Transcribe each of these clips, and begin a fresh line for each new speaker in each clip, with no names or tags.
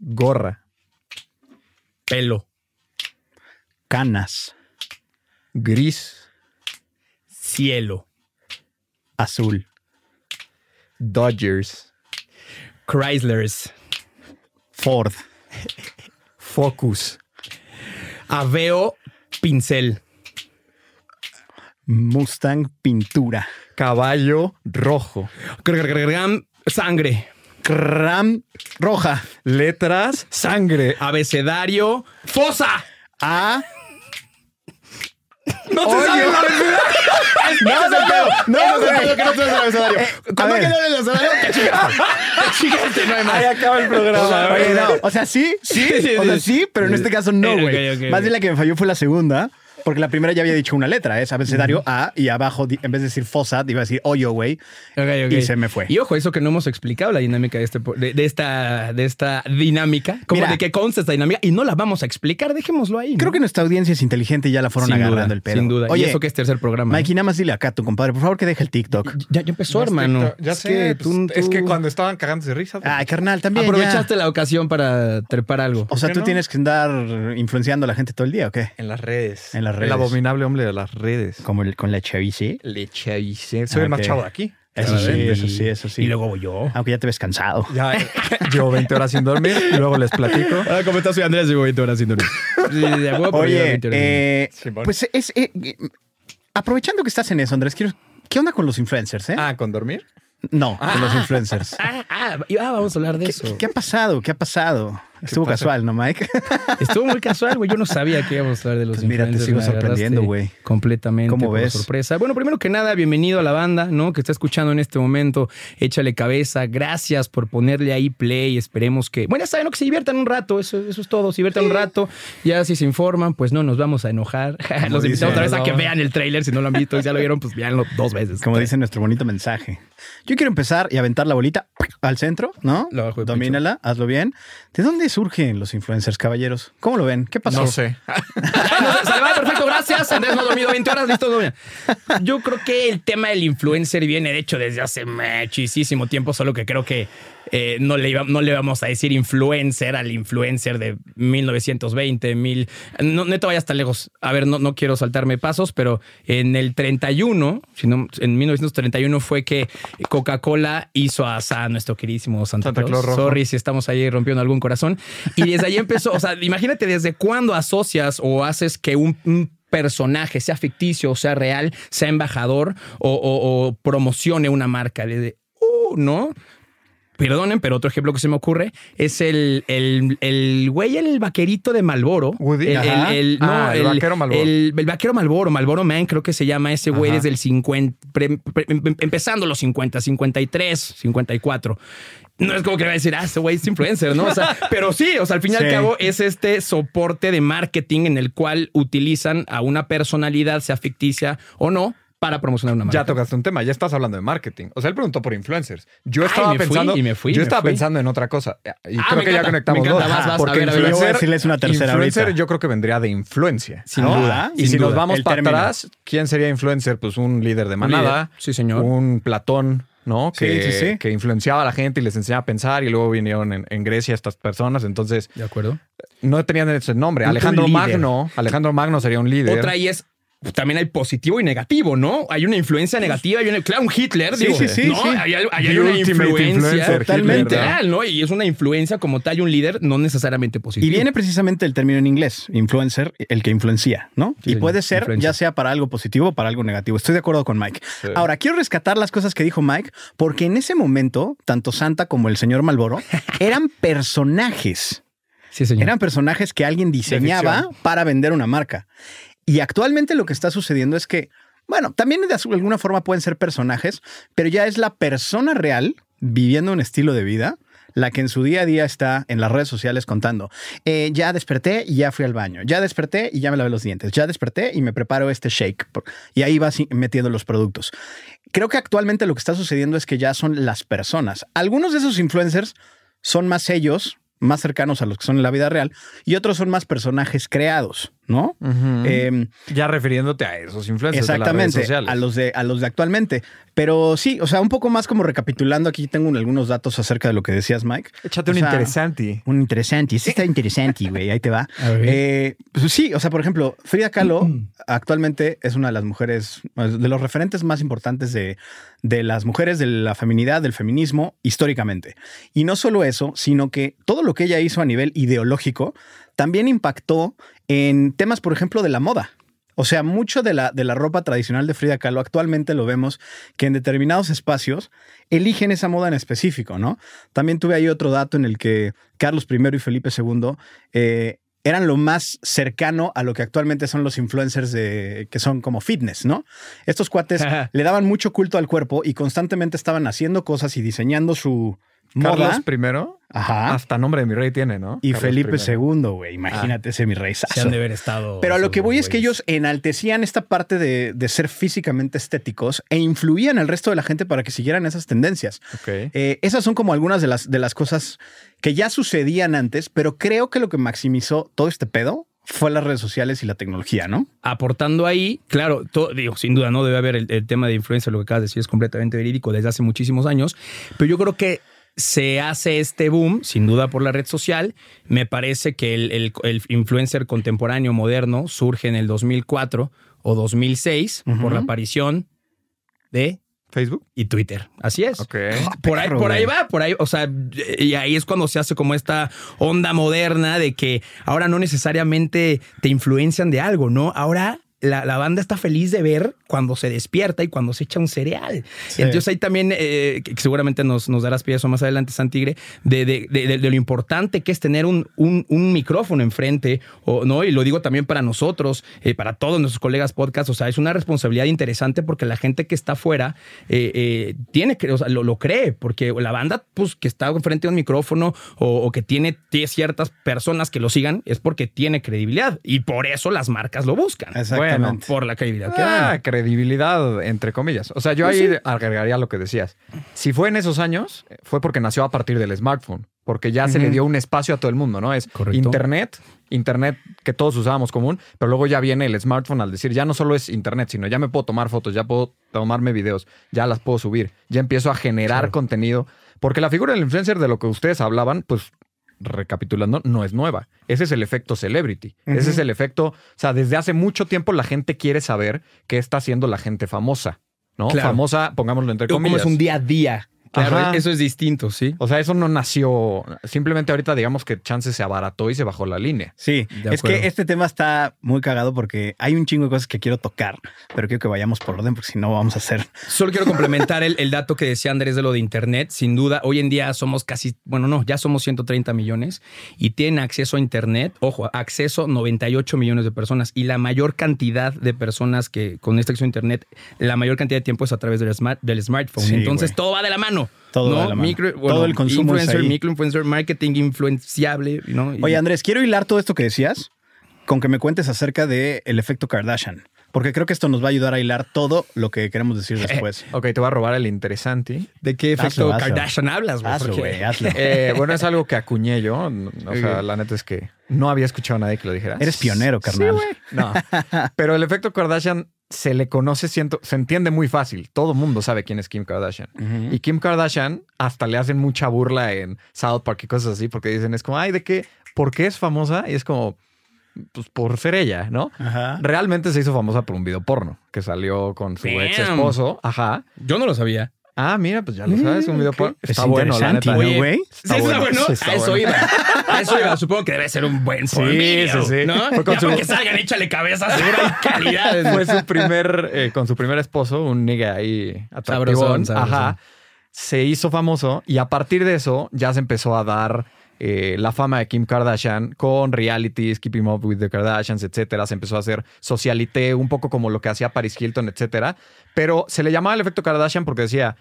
Gorra. Pelo.
Canas.
Gris.
Cielo. Azul.
Dodgers.
Chryslers. Ford.
Focus.
Aveo. Pincel. Mustang. Pintura.
Caballo rojo.
Grrgrrgram, Sangre.
Ram roja. Letras. Sangre.
Abecedario. Fosa.
A.
No se sabe el abecedario.
No, no, no, no,
güey.
no, que no te
eh,
el abecedario. Cuando
ver.
que no el abecedario, te chingaste. Te chingaste, no hay más.
Ahí acaba el
O sea,
programa.
güey,
güey,
no.
no. O sea, sí, sí.
eh, sí,
O sea,
sí.
sí, pero en este caso no,
Ok,
güey.
ok,
Más
ok.
bien la que me falló fue la segunda, porque la primera ya había dicho una letra, ¿eh? es abecedario A, y abajo, di- en vez de decir fosa, iba a decir hoyo, güey.
Ok, ok.
Y se me fue.
Y ojo, eso que no hemos explicado, la dinámica de, este, po- de, de esta, de esta dinámica, como
Mira.
de que consta esta dinámica, y no la vamos a explicar, dejémoslo ahí. ¿no?
Creo que nuestra audiencia es inteligente y ya la fueron
Sin duda,
agarrando el pedo.
Sin duda.
Oye,
y eso que es tercer programa. ¿eh?
Mikey, nada más dile acá a tu compadre, por favor, que deje el TikTok.
Ya, ya empezó, hermano.
Ya
Es
sé,
que
pues,
tú-
es que
tú
cuando estaban cagándose de risa. pues,
Ay, carnal, también. ya.
aprovechaste la ocasión para trepar algo.
O sea,
qué
tú
no?
tienes que andar influenciando a la gente todo el día, ¿o qué?
En las redes.
En las
pues, El
redes.
abominable hombre de las redes.
Como el, con la chavice. Ah,
Leche y Soy el más
Ok.
chavo de aquí.
Eso sí,
Claramente.
eso sí, eso sí.
Y luego yo.
Aunque ya te ves cansado.
Ya eh, llevo 20 horas sin dormir y luego les platico.
Hola, ¿cómo estás? Soy Andrés, llevo 20 horas sin dormir. Sí, de huevo, pero llevo
Oye,
20 horas sin dormir.
eh,
Simón.
pues es. eh, eh, aprovechando que estás en eso, Andrés, quiero. ¿Qué onda con los influencers, eh?
Ah, ¿con dormir?
no, con los influencers.
Ah, ah, y- ah, vamos a hablar de
¿Qué,
eso.
qué ha pasado? ¿Qué ha pasado? Estuvo
pasa?
casual, ¿no, Mike?
Estuvo muy casual, güey. Yo no sabía que íbamos a hablar de los
Pues mira, te
influencers,
sigo
me agarraste
sorprendiendo, güey.
Completamente.
¿Cómo
por
ves?
Sorpresa. Bueno, primero que nada, bienvenido a la banda, ¿no? Que está escuchando en este momento. Échale cabeza. Gracias por ponerle ahí play. Esperemos que. Bueno, ya saben, ¿no? que se diviertan un rato. Eso, eso es todo. Se diviertan un rato. Ya si se informan, pues no nos vamos a enojar. Los
dice
invitamos otra vez a que
Adán.
vean el tráiler. Si no lo han visto y ya lo vieron, pues véanlo dos veces.
Como dice nuestro bonito mensaje. Yo quiero empezar y aventar la bolita al centro, ¿no?
La bajo de pecho.
Domínala, hazlo bien. ¿De dónde surgen los influencers, caballeros? ¿Cómo lo ven? ¿Qué pasó?
No sé.
Ah, Ay, no, se le va, perfecto, gracias. Andrés no ha dormido 20 horas, listo, domina. Yo creo que el tema del influencer viene, de hecho, desde hace muchísimo tiempo, solo que creo que eh, no, le iba- no le vamos a decir influencer al influencer de 1920, mil. No, no te vayas tan lejos. A ver, no, no quiero saltarme pasos, pero en el 31, si no, en 1931 fue que Coca-Cola hizo a Sa- nuestro queridísimo Santa,
Santa
Claus.
Claus Rojo.
Sorry si estamos ahí rompiendo algún corazón. Y desde ahí empezó, o sea, imagínate desde cuándo asocias o haces que un, un personaje sea ficticio o sea real, sea embajador o, o- o promocione una marca. Desde, uh, ¿no? Perdonen, pero otro ejemplo que se me ocurre es el, el, el güey, el vaquerito de Malboro.
Woody,
el,
ajá.
el- el-
Ah, el vaquero Marlboro.
El, el vaquero Malboro, Malboro Man, creo que se llama ese güey
Ajá.
desde el 50, pre- pre- em- empezando los 50, 53, 54. No es como que le va a decir, ah, ese güey es influencer, ¿no? O sea, pero sí, o sea, al fin y al
Sí.
cabo es este soporte de marketing en el cual utilizan a una personalidad, sea ficticia o no, para promocionar una marca.
Ya tocaste un tema, ya estás hablando de marketing. O sea, él preguntó por influencers. Yo
Ay,
estaba
me fui,
pensando.
y me fui,
yo
me
estaba
fui.
pensando en otra cosa. Y
Ah,
creo
me
que ya
encanta,
conectamos
me encanta,
dos.
vas, vas,
porque
a ver, a ver.
influencer,
Yo voy a decirles una tercera
influencer
ahorita.
yo creo que vendría de influencia.
Sin
¿no?
duda,
Y
sin
si nos
duda.
vamos
El
para
término.
atrás, ¿quién sería influencer? Pues un líder de
líder,
manada.
sí, señor.
Un platón. ¿no?
Sí, sí,
que,
sí.
que influenciaba a la gente y les enseñaba a pensar y luego vinieron en, en Grecia estas personas. Entonces,
¿De acuerdo?
no tenían ese nombre.
Un
Alejandro
líder.
Magno, Alejandro Magno sería un líder.
Otra y es también hay positivo y negativo, ¿no? Hay una influencia negativa, hay una, claro, un Hitler,
Sí,
digo,
sí, sí,
¿no?
sí.
Hay, al- hay
The
una
ultimate
influencia
influencer,
totalmente
Hitler, ¿no?
real, ¿no? Y es una influencia como tal y un líder no necesariamente positivo.
Y viene precisamente el término en inglés, influencer, el que influencia, ¿no?
Sí,
y
señor,
puede ser
influencia.
ya sea para algo positivo o para algo negativo. Estoy de acuerdo con Mike.
Sí.
Ahora, quiero rescatar las cosas que dijo Mike, porque en ese momento, tanto Santa como el señor Malboro eran personajes.
Sí, señor.
Eran personajes que alguien diseñaba
ficción.
para vender una marca. Y actualmente lo que está sucediendo es que, bueno, también de su- alguna forma pueden ser personajes, pero ya es la persona real viviendo un estilo de vida. La que en su día a día está en las redes sociales contando. eh, ya desperté y ya fui al baño. Ya desperté y ya me lavé los dientes. Ya desperté y me preparo este shake. Por- Y ahí vas i- metiendo los productos. Creo que actualmente lo que está sucediendo es que ya son las personas. Algunos de esos influencers son más ellos, más cercanos a los que son en la vida real, y otros son más personajes creados, ¿no?
Ujú.
Em,
Ya refiriéndote a esos influencers
Exactamente,
de las redes sociales.
a los de a los de actualmente. Pero sí, o sea, un poco más como recapitulando, aquí tengo un- algunos datos acerca de lo que decías, Mike.
Échate
O
un
sea,
interesante.
Un interesante, este está interesante, güey, ahí te va.
A ver.
Eh, pues sí, o sea, por ejemplo, Frida Kahlo actualmente es una de las mujeres, pues, de los referentes más importantes de, de las mujeres, de la feminidad, del feminismo, históricamente. Y no solo eso, sino que todo lo que ella hizo a nivel ideológico también impactó en temas, por ejemplo, de la moda. O sea, mucho de la, de la ropa tradicional de Frida Kahlo actualmente lo vemos que en determinados espacios eligen esa moda en específico, ¿no? También tuve ahí otro dato en el que Carlos I y Felipe II eh, eran lo más cercano a lo que actualmente son los influencers de, que son como fitness, ¿no? Estos cuates le daban mucho culto al cuerpo y constantemente estaban haciendo cosas y diseñando su
Carlos
moda.
primero,
Ajá.
hasta nombre de mi rey tiene, ¿no?
Ah. Y
Carlos
Felipe
primero.
II, güey. Imagínate ese mi rey.
Se han de haber estado.
Pero a lo
esos
que voy es que
güeyes.
ellos enaltecían esta parte de, de ser físicamente estéticos e influían al resto de la gente para que siguieran esas tendencias.
Ok.
Eh, esas son como algunas de las, de las cosas que ya sucedían antes, pero creo que lo que maximizó todo este pedo fue las redes sociales y la tecnología, ¿no?
aportando ahí, claro, todo, digo, sin duda no debe haber el, el tema de influencia, lo que acabas de decir es completamente verídico desde hace muchísimos años, pero yo creo que se hace este boom, sin duda por la red social. Me parece que el, el- el influencer contemporáneo moderno surge en el 2004 o 2006 por la
Ujú.
aparición de
¿Facebook?
y Twitter. Así es.
Ok.
Ah, Por ahí,
Perro,
por ahí
güey.
va, por ahí, o sea, y ahí es cuando se hace como esta onda moderna de que ahora no necesariamente te influencian de algo, ¿no? Ahora la, la banda está feliz de ver cuando se despierta y cuando se echa un cereal.
Sí.
Entonces ahí también, eh, que seguramente nos, nos darás pie a eso más adelante, Santigre, de, de, de- de- de lo importante que es tener un, un- un micrófono enfrente, o, ¿no? Y lo digo también para nosotros, eh, para todos nuestros colegas podcast, o sea, es una responsabilidad interesante porque la gente que está afuera eh, eh, tiene que, o sea, lo, lo cree, porque la banda, pues, que está enfrente de un micrófono o, o que tiene tie- ciertas personas que lo sigan, es porque tiene credibilidad y por eso las marcas lo buscan.
Exactamente.
Por la credibilidad que
Ah,
dan.
credibilidad, entre comillas. O sea, yo
Pues
ahí agregaría lo que decías. Si fue en esos años, eh, fue porque nació a partir del smartphone, porque ya se le
Ujú.
dio un espacio a todo el mundo, ¿no? Es
Correcto.
Internet, Internet que todos usábamos común, pero luego ya viene el smartphone al decir, ya no solo es Internet, sino ya me puedo tomar fotos, ya puedo tomarme videos, ya las puedo subir, ya empiezo a generar contenido, porque la figura del influencer de lo que ustedes hablaban, pues recapitulando, no es nueva. Ese es el efecto celebrity. Ese es el efecto, o sea, desde hace mucho tiempo la gente quiere saber qué está haciendo la gente famosa, ¿no?
Claro.
Famosa, pongámoslo entre
Como
comillas.
es un día a día. Claro,
Ajá.
eso es distinto, sí.
O sea, eso no nació, simplemente ahorita digamos que chance se abarató y se bajó la línea.
Sí,
De
es
acuerdo.
que este tema está muy cagado porque hay un chingo de cosas que quiero tocar, pero quiero que vayamos por orden porque si no vamos a hacer
Solo quiero complementar el, el dato que decía Andrés de lo de Internet. Sin duda, hoy en día somos casi, bueno, no, ya somos 130 millones y tienen acceso a Internet. Ojo, acceso 98 millones de personas y la mayor cantidad de personas que con esta acceso a Internet, la mayor cantidad de tiempo es a través del, smart- del smartphone.
Sí,
Entonces
güey.
todo va de la mano.
Todo va de la mano. Todo el consumo es
Influencer,
ahí.
microinfluencer, marketing influenciable. ¿no? Y-
Oye, Andrés, quiero hilar todo esto que decías con que me cuentes acerca del el efecto Kardashian, porque creo que esto nos va a ayudar a hilar todo lo que queremos decir después.
Ok, te voy a robar el interesante.
¿de qué
hazlo,
efecto
hazlo.
Kardashian hablas? güey?
hazlo,
Porque-
güey, hazlo.
Eh, bueno, es algo que acuñé yo. O sea, la neta es que no había escuchado a nadie que lo dijera.
Eres pionero, carnal.
No. Pero el efecto Kardashian se le conoce, siento, se entiende muy fácil. Todo mundo sabe quién es Kim Kardashian.
Ujú.
Y Kim Kardashian hasta le hacen mucha burla en South Park y cosas así, porque dicen, es como, ay, ¿de qué? ¿Por qué es famosa? Y es como, pues por ser ella, ¿no?
Ajá.
Realmente se hizo famosa por un video porno que salió con su
Damn.
ex esposo. Ajá.
Yo no lo sabía.
Ah, mira, pues ya lo sabes, un video porno.
Es
Está bueno, la
interesante,
neta.
¿no,
Oye,
güey?
Sí, está
bueno,
bueno.
sí, está
a eso
bueno.
iba. A eso iba. Supongo que debe ser un buen sí, video,
sí, sí.
¿no?
Fue con
Ya
su-
para que salgan, échale cabeza, seguro hay calidad.
Fue su primer, eh, con su primer esposo, un nigga ahí atractivón.
Sabrosón, sabrosón.
Ajá. Se hizo famoso y a partir de eso ya se empezó a dar eh, la fama de Kim Kardashian con realities, Keeping Up with the Kardashians, etcétera. Se empezó a hacer socialité, un poco como lo que hacía Paris Hilton, etcétera. Pero se le llamaba el efecto Kardashian porque decía,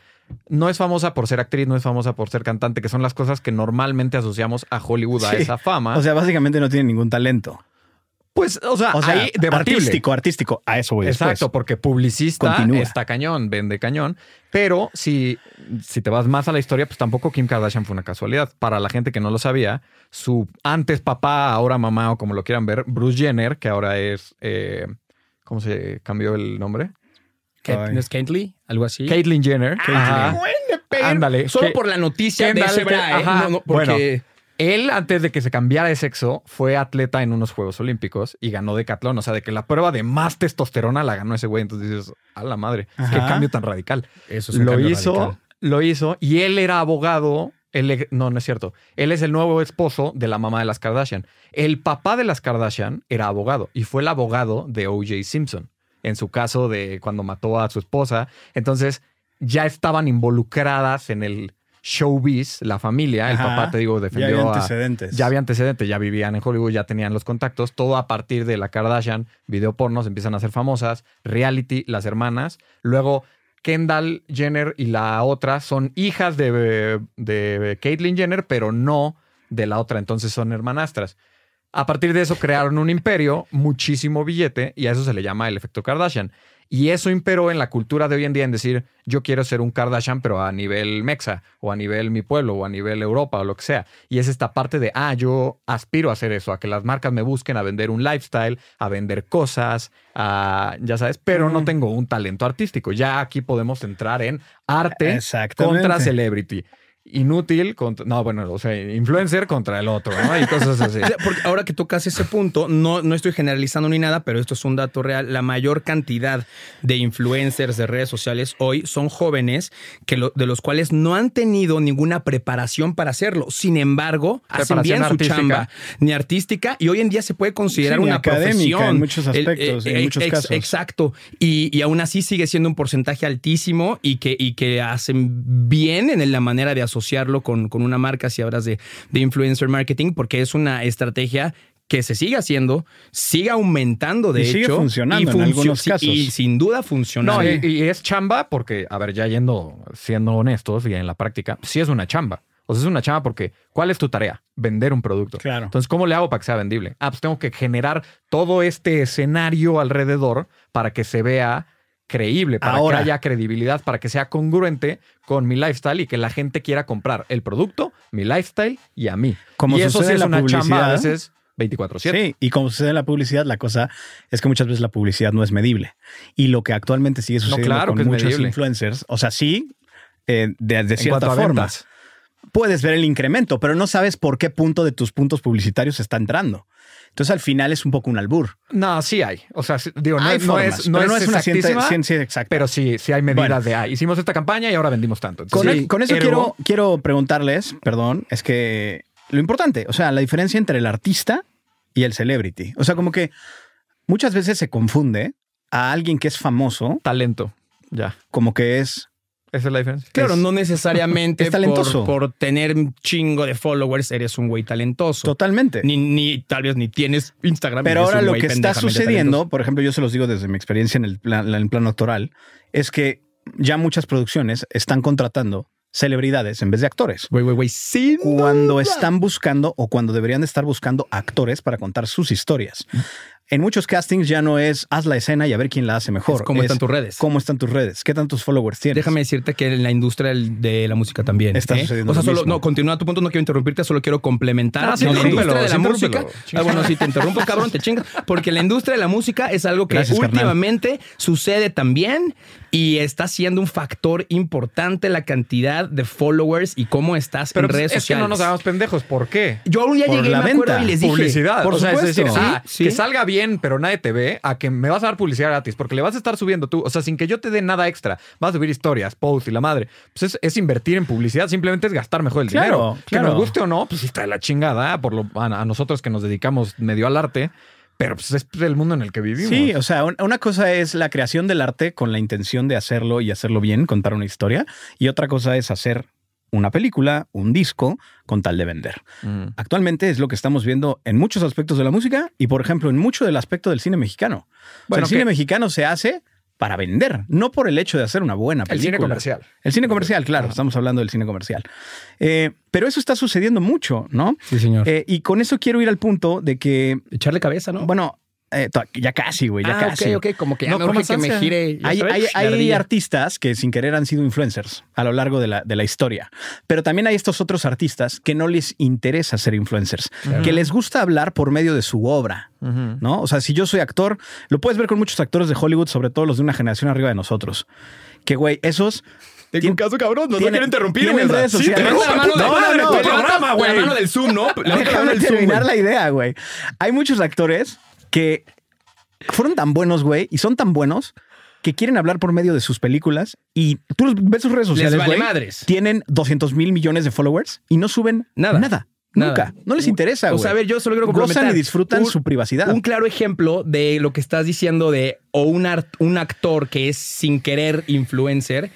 no es famosa por ser actriz, no es famosa por ser cantante, que son las cosas que normalmente asociamos a Hollywood, a
Sí.
esa fama.
O sea, básicamente no tiene ningún talento.
Pues, o sea,
O sea,
ahí debatible.
artístico, artístico. A eso voy
Exacto,
después.
porque publicista
pues, Continúa.
está cañón, vende cañón. Pero si, si te vas más a la historia, pues tampoco Kim Kardashian fue una casualidad. Para la gente que no lo sabía, su antes papá, ahora mamá o como lo quieran ver, Bruce Jenner, que ahora es. eh, ¿Cómo se cambió el nombre?
Kat-
Ay.
¿No es Caitlyn? Algo así.
Caitlyn Jenner.
Ah.
Ajá. Ándale,
Ándale. Solo
que-
por la noticia de
Kendall
ese
Jenner,
bra, ¿eh?
ajá.
No, no, porque
Él, antes de que se cambiara de sexo, fue atleta en unos Juegos Olímpicos y ganó decatlón. O sea, de que la prueba de más testosterona la ganó ese güey. Entonces dices, a la madre,
Ajá.
qué cambio tan radical.
eso un
lo
cambio
hizo,
radical.
lo hizo y él era abogado. él e- no, no es cierto. Él es el nuevo esposo de la mamá de las Kardashian. El papá de las Kardashian era abogado y fue el abogado de O.J. Simpson en su caso de cuando mató a su esposa. Entonces ya estaban involucradas en el showbiz, la familia. El
Ajá.
papá, te digo,
Ya había
defendió a-
antecedentes.
ya había antecedentes, ya vivían en Hollywood, ya tenían los contactos, todo a partir de la Kardashian, videopornos empiezan a ser famosas, reality, las hermanas, luego Kendall Jenner y la otra son hijas de, de Caitlyn Jenner, pero no de la otra, entonces son hermanastras. A partir de eso crearon un imperio, muchísimo billete, y a eso se le llama el efecto Kardashian. Y eso imperó en la cultura de hoy en día en decir, yo quiero ser un Kardashian, pero a nivel Mexa, o a nivel mi pueblo, o a nivel Europa, o lo que sea. Y es esta parte de, ah, yo aspiro a hacer eso, a que las marcas me busquen a vender un lifestyle, a vender cosas, a, ya sabes, pero no tengo un talento artístico. Ya aquí podemos entrar en arte
Exactamente.
contra celebrity. Inútil contra, no, bueno, o sea, influencer contra el otro, ¿no? Y cosas así.
O sea, Porque ahora que tocas ese punto, no, no estoy generalizando ni nada, pero esto es un dato real. La mayor cantidad de influencers de redes sociales hoy son jóvenes que lo- de los cuales no han tenido ninguna preparación para hacerlo. Sin embargo, hacen
Preparación
bien su
artística.
chamba, ni artística, y hoy en día se puede considerar
Sí, ni
una
académica
profesión.
en muchos
El- eh,
aspectos, en muchos casos.
Exacto. Y, y aún así sigue siendo un porcentaje altísimo y que, y que hacen bien en la manera de asociarlo con, con una marca, si hablas de, de influencer marketing, porque es una estrategia que se sigue haciendo, sigue aumentando, de
Y
hecho.
sigue funcionando en algunos
sí,
casos.
Y sin duda funciona.
No, y, y es chamba porque, a ver, ya yendo, siendo honestos y en la práctica, sí es una chamba. O sea, es una chamba porque, ¿cuál es tu tarea? Vender un producto.
Claro.
Entonces, ¿cómo le hago para que sea vendible? Ah, pues tengo que generar todo este escenario alrededor para que se vea creíble, para
Ahora.
que haya credibilidad, para que sea congruente con mi lifestyle y que la gente quiera comprar el producto, mi lifestyle y a mí.
Como
y eso
sucede
sí
en
es
la
una chamba a
publicidad.
veces 24/7.
Sí, y como sucede en la publicidad, la cosa es que muchas veces la publicidad no es medible. Y lo que actualmente sigue sucediendo
claro que
con
es
muchos
medible.
influencers, o sea, sí, eh, de, de
En cuanto
cierta
a
forma,
ventas.
puedes ver el incremento, pero no sabes por qué punto de tus puntos publicitarios está entrando. Entonces, al final es un poco un albur.
No, sí hay. O sea, sí- digo, no,
Hay
es- no
formas,
es, no
pero
es
una
exactísima,
ciencia, ciencia exacta.
Pero sí, sí hay medidas
Bueno.
de, ah, hicimos esta campaña y ahora vendimos tanto.
Con, e-,
Entonces, sí,
con eso
ergo,
quiero, quiero preguntarles, perdón, es que lo importante, o sea, la diferencia entre el artista y el celebrity. O sea, como que muchas veces se confunde a alguien que es famoso
Talento. Ya.
como que es
Esa es la diferencia.
Claro,
es-
no necesariamente
es talentoso.
Por, por tener un chingo de followers eres un güey talentoso.
totalmente.
Ni, ni tal vez ni tienes Instagram.
Pero
eres
ahora
un
lo
güey
que está
pendejamente
sucediendo, por ejemplo, yo se los digo desde mi experiencia en el, plan, en el plano actoral, es que ya muchas producciones están contratando celebridades en vez de actores.
Güey, güey, güey, sin
cuando están buscando o cuando deberían de estar buscando actores para contar sus historias. En muchos castings ya no es haz la escena y a ver quién la hace mejor.
Es cómo
Es
están tus redes.
¿Cómo están tus redes? ¿Qué tantos followers tienes?
Déjame decirte que en la industria del- de la música también.
Está
¿eh?
sucediendo
O sea,
lo
solo,
mismo. Ah,
no, continúa tu punto, no quiero interrumpirte, solo quiero complementar.
No, sí,
No, la
interrúmpelo,
industria de la
sí,
música.
interrúmpelo.
Ah, bueno, si te interrumpo, cabrón, te chingas. Porque la industria de la música es algo que
Gracias, carnal.
últimamente sucede también y está siendo un factor importante la cantidad de followers y cómo estás
Pero pues,
en redes
es
sociales.
que no nos hagamos pendejos. ¿Por qué?
Yo un día
Por
llegué y
la
me acuerdo
venta,
y les dije.
publicidad.
Por
o sea, es
supuesto.
decir, ah,
Sí,
que
sí.
salga bien, pero nadie te ve, a que me vas a dar publicidad gratis, porque le vas a estar subiendo tú, o sea, sin que yo te dé nada extra. Vas a subir historias, posts y la madre. Pues es, es invertir en publicidad, simplemente es gastar mejor el
Claro,
dinero.
claro.
Que nos guste o no, pues sí está de la chingada, por lo, a, a nosotros que nos dedicamos medio al arte, pero pues es el mundo en el que vivimos.
Sí, o sea, un- una cosa es la creación del arte con la intención de hacerlo y hacerlo bien, contar una historia, y otra cosa es hacer una película, un disco, con tal de vender.
Mm.
Actualmente es lo que estamos viendo en muchos aspectos de la música y, por ejemplo, en mucho del aspecto del cine mexicano. O sea,
Bueno,
el cine
que-
mexicano se hace para vender, no por el hecho de hacer una buena
El
película.
cine comercial. Ah.
El cine comercial, claro,
Ajá.
estamos hablando del cine comercial. Eh, pero eso está sucediendo mucho, ¿no?
Sí, señor.
Eh, y con eso quiero ir al punto de que,
Echarle cabeza, ¿no?
bueno, eh, to- ya casi, güey, ya
Ah, ok,
casi.
ok, como que ya
No
me urge
comas
que me
ansia.
gire. ya
Hay,
sabes,
hay-
la
hay
ardilla.
artistas que sin querer han sido influencers a lo largo de la, de la historia, pero también hay estos otros artistas que no les interesa ser influencers, que les gusta hablar por medio de su obra, ¿no? O sea, si yo soy actor, lo puedes ver con muchos actores de Hollywood, sobre todo los de una generación arriba de nosotros, que, güey, esos...
Tengo
tien-
un caso cabrón, no, no
tiene-
quiero interrumpir.
tienen
Elsa.
redes
Sí,
sociales.
Levanta la
interrumpe,
mano
puta
de-
madre,
no,
tu
levanta
programa, güey.
La mano del Zoom, ¿no? Levanta la mano
Déjame
del Zoom, güey.
terminar la idea, güey. Hay muchos actores que fueron tan buenos, güey, y son tan buenos que quieren hablar por medio de sus películas y tú los- ves sus redes sociales,
vale
güey,
madres.
tienen 200 mil millones de followers y no suben
Nada.
nada,
Nada.
nunca, no les interesa,
O
güey.
sea, a ver, yo solo quiero complementar.
Gozan y disfrutan
Un-
su privacidad.
Un claro ejemplo de lo que estás diciendo de o un, art- un actor que es sin querer influencer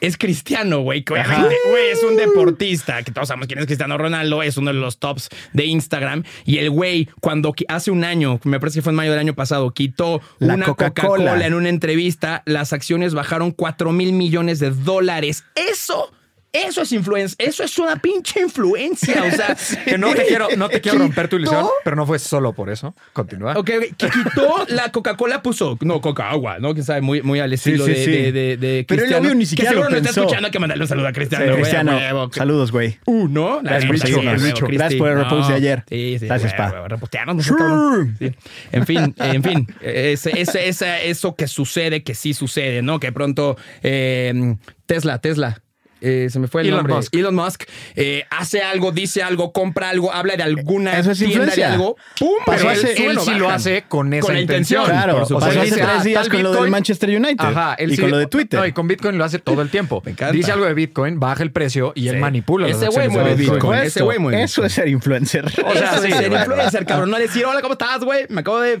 es Cristiano, güey, que obviamente, güey, es un deportista, que todos sabemos quién es Cristiano Ronaldo, es uno de los tops de Instagram. Y el güey, cuando qui- hace un año, me parece que fue en mayo del año pasado, quitó
La
una
Coca-Cola.
Coca-Cola en una entrevista, las acciones bajaron 4 mil millones de dólares. Eso. Eso es influencia, eso es una pinche influencia. O sea,
Que no te quiero, no te quiero romper tu ilusión,
Quitó.
pero no fue solo por eso. Continúa.
Ok, ok. Que quitó la Coca-Cola, puso, no, Coca-Agua, ¿no? Que sabe, muy, muy al estilo
sí,
de,
sí.
de, de, de
Pero el
Cristiano.
obvio ni siquiera
que seguro
lo
no está
pensó.
escuchando, hay que mandarle un saludo a Cristiano. güey,
Cristiano,
a huevo, que-
saludos, güey.
Uh, ¿no? La
Gracias por
neta,
seguirnos,
sí, a
Richo.
huevo,
Gracias
Cristi.
por el repost de ayer.
Sí, sí,
Gracias,
güey,
pa.
güey, repostearnos, no
Sure.
cabrón. Sí. En fin, en fin. Ese, ese- ese- eso que sucede, que sí sucede, ¿no? Que pronto eh, Tesla, Tesla. eh, se me fue el
Elon
nombre.
Musk.
Elon Musk eh, hace algo, dice algo, compra algo, habla de alguna
Eso es
tienda
influencia.
de algo. ¡Pum!
Pasó
Pero
hace-
él-
él
él
sí lo
bajan.
hace con esa
la
intención.
Claro,
por
o sea,
supuesto.
lo hace
Dice,
tres
ah,
días
tal
con lo del
Bitcoin-
Manchester United
Ajá, él
y
sí-
con lo de Twitter.
No, y con Bitcoin lo hace todo el tiempo.
Me encanta.
Dice algo de Bitcoin, baja el precio y él
Sí.
manipula las
Ese
acciones
güey
de
mueve
Bitcoin.
Bitcoin.
Correcto.
ese güey muy bien.
Eso es ser influencer.
O sea,
Eso
sí,
es
ser
bueno.
influencer, cabrón. No decir, hola, ¿cómo estás, güey? Me acabo de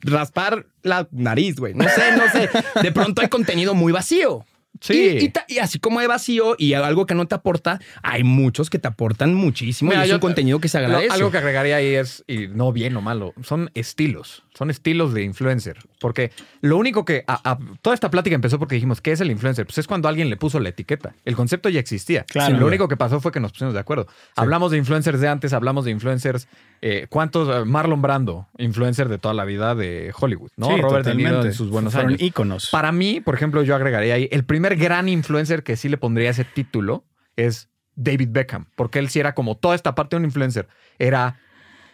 raspar la nariz, güey. No sé, no sé. De pronto hay contenido muy vacío.
Sí.
Y, y ta- y así como hay vacío y algo que no te aporta, hay muchos que te aportan muchísimo.
Mira,
y es
yo-
un contenido que se
lo-
agradece.
algo que agregaría ahí es, y no bien o malo, son estilos. Son estilos de influencer. Porque lo único que. a- a- toda esta plática empezó porque dijimos, ¿qué es el influencer? Pues es cuando alguien le puso la etiqueta. El concepto ya existía.
Claro.
lo único que pasó fue que nos pusimos de acuerdo. Hablamos de influencers de antes, hablamos de influencers. eh, ¿Cuántos? eh, Marlon Brando, influencer de toda la vida de Hollywood, ¿no?
Sí,
Robert De Niro
totalmente.
en sus buenos
Fueron
años.
íconos.
Para mí, por ejemplo, yo agregaría ahí, el primer gran influencer que sí le pondría ese título es David Beckham, porque él sí era como toda esta parte de un influencer. Era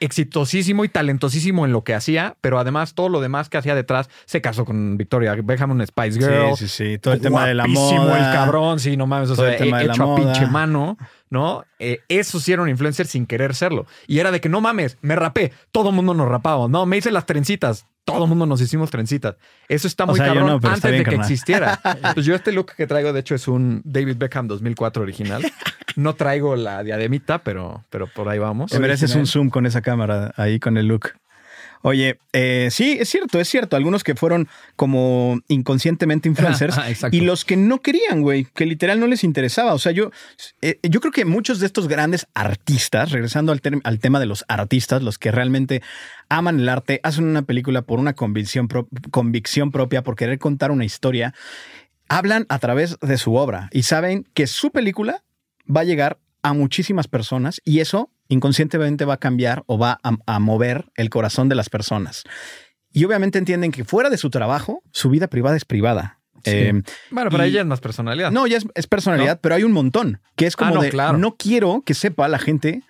exitosísimo y talentosísimo en lo que hacía, pero además todo lo demás que hacía detrás, se casó con Victoria Beckham, una Spice Girl.
Sí, sí, sí. Todo el tema de la
Guapísimo
moda.
el cabrón, sí, no mames, o
Todo
sea,
el tema
he-
de la
e hecho a
moda.
pinche mano, ¿no? Eh, eso sí era un influencer sin querer serlo. Y era de que, no mames, me rapé, todo el mundo nos rapaba, no, me hice las trencitas, todo el mundo nos hicimos trencitas. Eso está
O
muy
sea, yo
cabrón
no, pero
antes
está
de
bien,
que
carnal.
existiera. Pues yo este look que traigo, de hecho, es un David Beckham 2004 original. No traigo la diademita, pero, pero por ahí vamos.
Te mereces un zoom con esa cámara ahí con el look. Oye, eh, sí, es cierto, es cierto. Algunos que fueron como inconscientemente influencers
Ajá, exacto.
y los que no querían, güey, que literal no les interesaba. O sea, yo, eh, yo creo que muchos de estos grandes artistas, regresando al, term- al tema de los artistas, los que realmente aman el arte, hacen una película por una convicción, pro- convicción propia, por querer contar una historia, hablan a través de su obra y saben que su película va a llegar a muchísimas personas y eso inconscientemente va a cambiar o va a, a mover el corazón de las personas. Y obviamente entienden que fuera de su trabajo, su vida privada es privada. Eh,
Bueno, para
Y-
ella es más personalidad.
no, ya es, es personalidad, pero hay un montón que es como
Ah, no,
de
claro.
no quiero que sepa la gente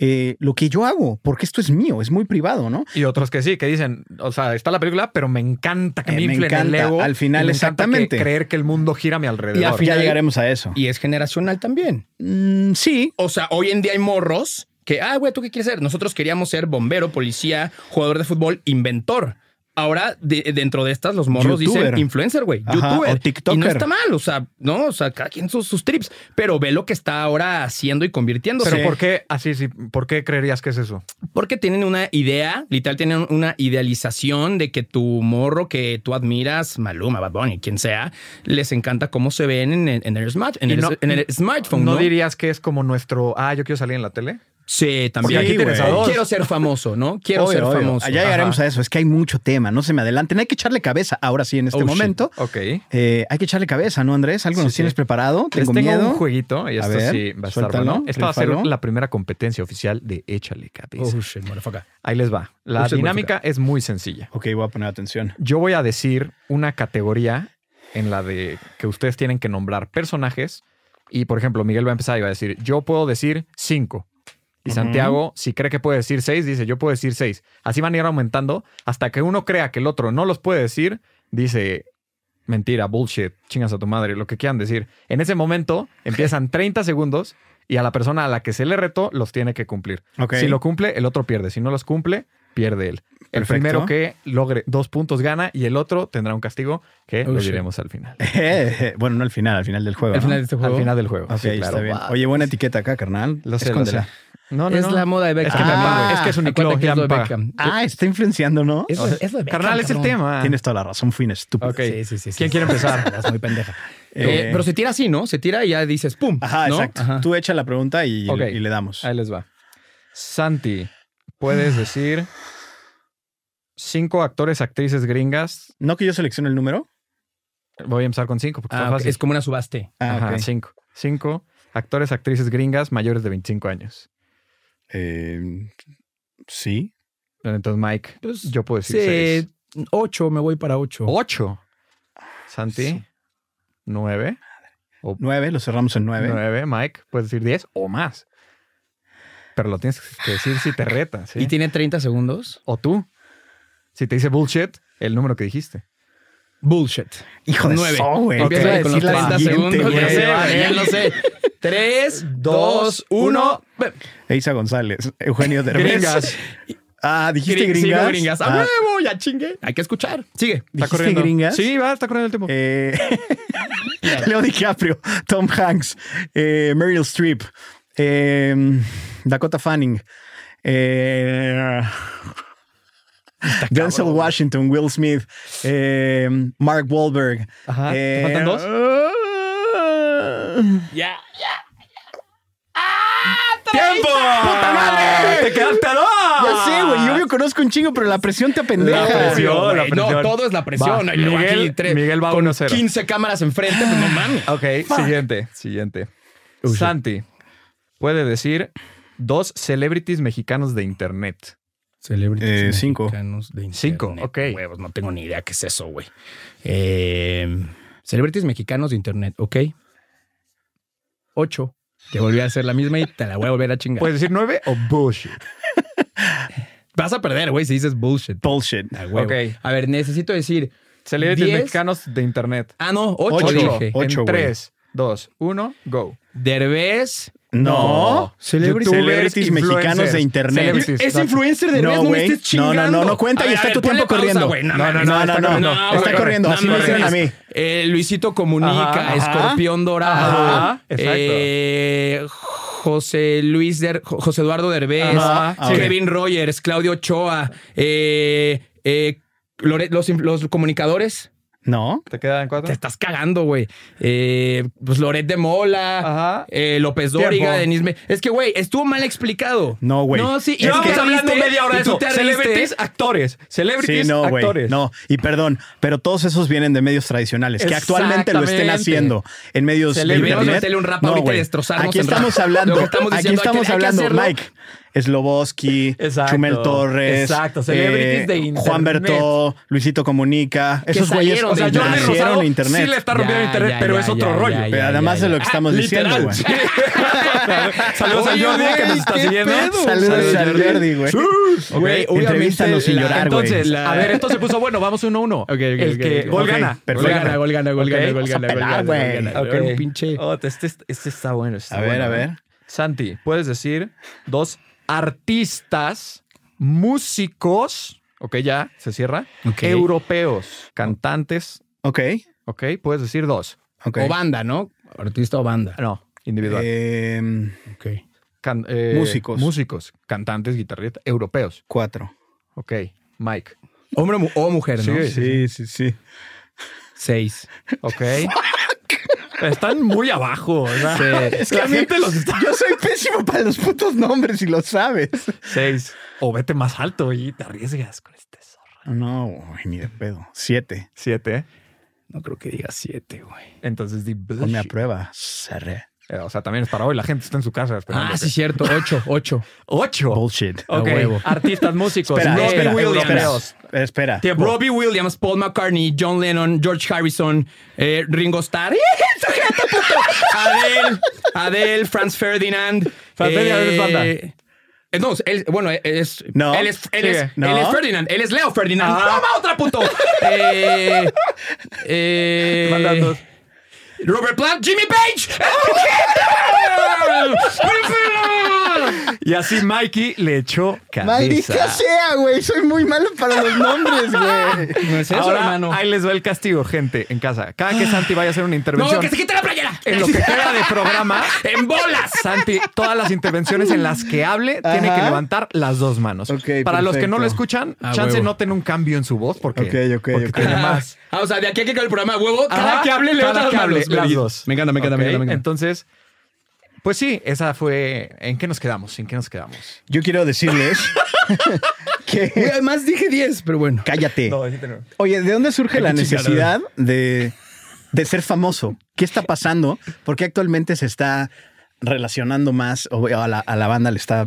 eh, lo que yo hago, porque esto es mío, es muy privado, ¿no?
Y otros que sí, que dicen, o sea, está la película, pero me encanta que
Eh,
me
me
inflen el
encanta.
ego.
Al final,
y me encanta que-
exactamente.
creer que el mundo gira a mi alrededor.
Y al final-
Ya llegaremos a eso.
Y es generacional también.
Mm, sí,
O sea, hoy en día hay morros que, ah, güey, ¿tú qué quieres ser? Nosotros queríamos ser bombero, policía, jugador de fútbol, inventor. Ahora, de- dentro de estas, los morros dicen
Youtuber.
influencer, güey,
Ajá,
youtuber.
o tiktoker.
Y no está mal, o sea, no, o sea, cada quien sus, sus trips, pero ve lo que está ahora haciendo y convirtiéndose.
Pero
Sí.
¿por qué así sí? ¿Por qué creerías que es eso?
Porque tienen una idea, literal, tienen una idealización de que tu morro que tú admiras, Maluma, Bad Bunny, quien sea, les encanta cómo se ven en, en el, smart- en
Y
el-
no-
en el smartphone.
¿No,
¿no?
dirías que es como nuestro, ah, yo quiero salir en la tele?
Sí,
Porque
también.
aquí
Quiero-
tienes a dos.
Quiero ser famoso, ¿no? Quiero
Obvio,
ser
obvio.
famoso.
Allá llegaremos
Ajá.
a eso. Es que hay mucho tema. No se me adelanten. Hay que echarle cabeza ahora sí en este
Oh, shit.
momento.
Ok.
Eh, hay que echarle cabeza, ¿no, Andrés? ¿Algo
Sí,
nos
sí.
tienes preparado?
Les
Tengo
tengo
miedo.
un jueguito y
A
esto
ver,
sí va a estar
suéltalo,
bueno. Esta va a ser
rifalo.
la primera competencia oficial de Échale Cabeza.
Oh, shit, motherfucker.
Ahí les va. La
Ustedes
dinámica es muy sencilla.
Ok, voy a poner atención.
Yo voy a decir una categoría en la de que ustedes tienen que nombrar personajes. Y por ejemplo, Miguel va a empezar y va a decir: Yo puedo decir cinco. Y
Ujú.
Santiago, si cree que puede decir seis, dice: Yo puedo decir seis. Así van a ir aumentando hasta que uno crea que el otro no los puede decir. Dice: Mentira, bullshit, chingas a tu madre, lo que quieran decir. En ese momento empiezan 30 segundos y a la persona a la que se le retó los tiene que cumplir.
Ok.
Si lo cumple, el otro pierde. Si no los cumple, pierde él. El
Perfecto.
primero que logre dos puntos gana y el otro tendrá un castigo que
Oh,
lo
shit.
diremos al final.
bueno, no al final, al final del juego.
Al
¿no?
final de este juego.
Al final del juego.
Ok,
Sí, claro.
está bien.
Wow.
Oye, buena etiqueta acá, carnal.
Lo sé, lo
Escóndela.
sé. No, no,
es
no.
la moda de Beckham.
Es que, me
Ah.
paga. es, que es un
Acuérdate
iclo,
que es
ya
lo
me
de
paga.
Beckham.
Ah, está influenciando, ¿no?
Es lo- es lo de Beckham,
Carnal, es el
cabrón.
tema.
Tienes toda la razón, fin estúpido.
Ok.
Sí, sí, sí, sí.
¿Quién quiere empezar?
Es muy pendeja.
Eh,
Eh, pero se tira así, ¿no? Se tira y ya dices pum.
Ajá,
¿no?
exacto.
Ajá.
Tú echa la pregunta y,
Ok.
y le damos.
Ahí les va. Santi, puedes decir cinco actores, actrices gringas.
¿No que yo seleccione el número?
Voy a empezar con cinco porque está
Ah, ok,
fácil.
es como una subaste.
Ah,
Ajá,
ok.
cinco. Cinco actores, actrices gringas mayores de 25 años.
Eh, sí.
Entonces, Mike,
Pues,
yo puedo decir seis. Oh,
Sí, ocho, me voy para ocho.
8. Santi, 9.
Nueve, lo cerramos en nueve.
9, Mike, puedes decir 10 o más. Pero lo tienes que decir
Ah.
si te reta, ¿sí?
Y tiene 30 segundos.
O tú. Si te dice bullshit, el número que dijiste.
Bullshit.
Hijo de
Nueve.
so, güey.
Empieza
Ok.
con los
Decir la
30
siguiente,
segundos.
güey.
Ya sé, güey, ya
Vale.
lo sé. 3, 2, 1.
Eisa González, Eugenio Derbez.
Gringas.
Ah, dijiste gringas.
gringas. ¡A
Ah,
huevo! ¡Ya chingue! Hay que escuchar. Sigue.
¿Dijiste
corriendo.
gringas?
Sí, va, está corriendo el tiempo.
eh, Leo DiCaprio, Tom Hanks, eh, Meryl Streep, eh, Dakota Fanning, eh, Denzel Washington, Will Smith, eh, Mark Wahlberg. eh,
Ajá, ¿te faltan dos?
dos?
Ya. ¡Ah!
¡Tiempo! ¡Puta madre! ¡Te quedaste a dos!
Ya sé, güey. Yo me conozco un chingo, pero la presión te apendeja.
La presión.
Obvio,
la
güey. No,
presión.
todo es la presión.
Va.
Y luego aquí
Miguel-
tres-
Miguel va
con
1-0.
15 cámaras enfrente, pues no mames.
Ok, siguiente, siguiente.
Oh, shit.
Santi, puede decir dos celebrities mexicanos de internet.
Celebrities
Eh, cinco.
mexicanos de internet.
Cinco, ok.
Huevos, no tengo ni idea qué es eso, güey. Eh, celebrities mexicanos de internet, ok. Ocho. Te volví a hacer la misma y te la voy a volver a chingar.
¿Puedes decir nueve o bullshit?
vas a perder, güey, si dices bullshit.
Bullshit.
A huevo.
Ok.
A ver, necesito decir.
Celebrities
Diez.
mexicanos de internet.
Ah, no, ocho,
Ocho.
dije.
Ocho.
en
güey.
3, 2, 1, go.
Derbez.
No.
Celebrities.
Celebrities mexicanos de internet.
Celebrities.
Es influencer de
No,
Derbez, no, me
güey.
estés
No, no,
chingando.
no, no cuenta
A
y
ver,
está
a ver,
tu tiempo
ponle
corriendo.
pausa, güey. No,
No,
mames,
no,
está
no, no,
corriendo.
no.
güey,
Está
corriendo, así
no
me
mames.
hicieron a mí.
Eh, Luisito Comunica,
Ajá, ajá.
Escorpión Dorado.
Ajá, exacto.
eh, José Luis, Der- Jo- José Eduardo Derbez.
Ajá,
sí.
Kevin Rogers, Claudio Ochoa. eh, eh, Lore- los, inf- los comunicadores.
No.
¿Te quedan
Te
4?
estás cagando, güey. Eh, pues Loret de Mola.
Ajá.
eh, López Dóriga,
Tiempo.
Denis Me- Es que, güey, estuvo mal explicado.
No, güey.
No, sí.
Es que-
y tú te
Celebrities,
reíste.
actores. Celebrities,
Sí, no, güey.
actores.
No, y perdón, pero todos esos vienen de medios tradicionales, que actualmente lo estén
Exactamente.
haciendo en medios
Se
de
le vino
internet.
a meterle un rap ahorita y
güey.
destrozarnos
Aquí
en
estamos
rap.
hablando,
Lo que estamos
aquí
diciendo, hay
estamos
que- hay que
hablando,
hacerlo.
Mike. Sloboski,
Exacto.
Chumel Torres, eh,
Exacto, celebrities de internet.
Juan Bertó, Luisito Comunica, esos güeyes
salieron de
O sea, Jordi
Nacieron
Rosado
nacieron en internet.
sí le está rompiendo
Ya,
internet,
ya,
pero
ya,
es otro
ya,
rollo.
ya,
Pero
ya,
además
ya,
de lo
ya. Ah,
que estamos diciendo, güey.
Saludos
Oye,
a Jordi
güey,
que nos está
qué
siguiendo.
pedo.
Saludos a Jordi, güey.
Ok,
Güey, obviamente
entrevístanos sin
la-
llorar, güey.
Entonces,
La-
a ver, esto se puso bueno. Vamos 1-1. Uno, a uno.
Ok, ok,
el
ok,
que
ok.
gol
Ok,
gana.
Gol
perfecto.
gana, gol gana, gol gana,
Ok,
gol
vamos a
gana, gol
pelar,
gana, gol
güey.
gana.
Ok.
Era un pinche.
Oh, este, este- este está bueno. este
A
está
ver,
bueno,
a
¿eh?
ver.
Santi, puedes decir dos artistas, músicos, ok, ya se cierra,
Ok.
europeos, cantantes,
Ok,
ok, puedes decir dos. Ah,
ok.
O banda, ¿no? Artista o banda.
No, individual.
Em,
Ok.
Can- eh,
músicos.
Músicos, cantantes, guitarristas, europeos.
cuatro.
Ok, Mike.
Hombre o mu- o mujer, ¿no?
Sí.
Sí, sí, sí.
Seis.
Ok. Están muy abajo. ¿verdad?
Es que a mí- Yo soy pésimo para los putos nombres y lo sabes.
Seis. O vete más alto y te arriesgas con este zorro.
No, güey, ni de pedo. Siete.
Siete.
No creo que diga siete, güey.
Entonces di
Ponme a
bullshit.
prueba. Cerré.
Eh, O sea, también es para hoy. La gente está en su casa. esperando
Ah,
que-
sí, cierto. Ocho, ocho.
Ocho.
Bullshit. Ah,
Ok.
A huevo.
Artistas, músicos.
Espera,
Robbie
espera,
Williams.
espera, espera.
Tiempo.
Robbie Williams, Paul McCartney, John Lennon, George Harrison, eh, Ringo Starr, ¡Sujeta, puto! Adele, Adele, Franz Ferdinand.
Franz Ferdinand es banda.
eh, No, él, bueno, él es.
No.
Él es, él, es,
Sigue.
No.
él es Ferdinand. Él es Leo Ferdinand.
Ah.
¡Toma otra puto! Eh, eh,
Mandas dos.
Robert Plant, Jimmy Page. ¡Sujeta!
Y así Mikey le echó cabeza.
Maldita sea, güey. Soy muy malo para los nombres, güey.
No es eso,
Ahora,
hermano.
ahí les va el castigo, gente, en casa. Cada que Santi vaya a hacer una intervención
No, que se quite la playera.
en lo que queda de programa,
¡En bolas!
Santi, todas las intervenciones en las que hable, tiene que
Ajá.
levantar las dos manos.
Ok,
Para los que no
perfecto.
lo escuchan,
Ah,
chance
huevo.
noten un cambio en su voz porque,
Ok, ok,
porque
ok.
tiene más.
Ah, o sea, de aquí a que acabe el programa de huevo, cada
Ajá,
que hable le
cada
otra
que hable, las dos.
Me encanta, me encanta, me
Ok,
encanta, me encanta.
Entonces, pues sí, esa fue. ¿En qué nos quedamos? ¿En qué nos quedamos?
Yo quiero decirles
Güey,
que.
además dije 10, pero bueno.
Cállate.
no.
Oye, ¿de dónde surge la
qué chingada.
necesidad de, de ser famoso? ¿Qué está pasando? ¿Por qué actualmente se está relacionando más o a la, a la banda le está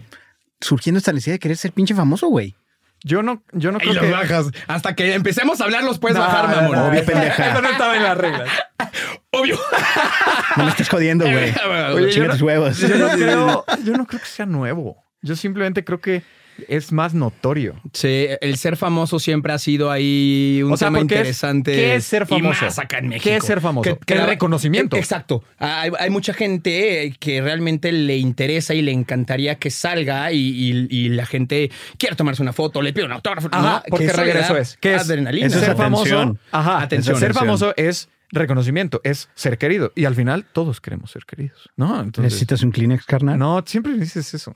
surgiendo esta necesidad de querer ser pinche famoso, güey?
Yo no, yo no
Y
creo
los
que.
bajas. Hasta que empecemos a hablar, los puedes
No,
bajar, mi
no,
amor.
no,
Obvio,
eso-
pendeja.
Eso no estaba en las reglas.
Obvio.
No me estás jodiendo, güey. Chinga
Oye,
yo no-
tus huevos.
Yo no, creo, yo no creo que sea nuevo. Yo simplemente creo que es más notorio.
Sí, el ser famoso siempre ha sido ahí un
O sea,
tema
porque es-
interesante.
¿qué es ser
Y
famoso?
más acá en México.
¿Qué es ser famoso? El
la- Eh,
reconocimiento.
Exacto. Hay, hay mucha gente eh, que realmente le interesa y le encantaría que salga y, y- y la gente quiere tomarse una foto, le pide un autógrafo.
Ajá,
¿no?
porque
Que eso le
regreso
da
es. ¿Qué es?
Adrenalina.
Eso es
ser famoso.
atención.
Ajá,
Atención,
Ser
atención.
famoso es reconocimiento, es ser querido. Y al final, todos queremos ser queridos. No, entonces.
¿Necesitas un Kleenex, carnal?
No, siempre dices eso.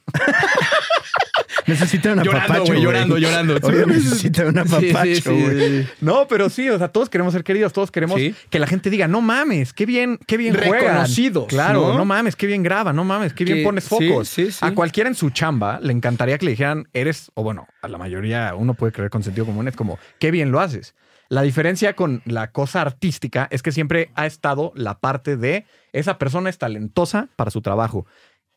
Necesitan un
Llorando,
apapacho,
güey, llorando, llorando.
Obvio, necesitan un
Sí, sí,
apapacho,
sí, sí,
güey.
sí.
No, pero sí, o sea, todos queremos ser queridos, todos queremos
Sí.
que la gente diga, no mames, qué bien, qué bien juegan".
Reconocidos,
Claro,
¿no?
¿no? mames, qué bien graba, no mames, qué bien
Que-
pones
sí,
focos.
sí, sí.
A cualquiera en su chamba le encantaría que le dijeran, eres, o bueno, a la mayoría uno puede creer con sentido común, es como, qué bien lo haces. La diferencia con la cosa artística es que siempre ha estado la parte de esa persona es talentosa para su trabajo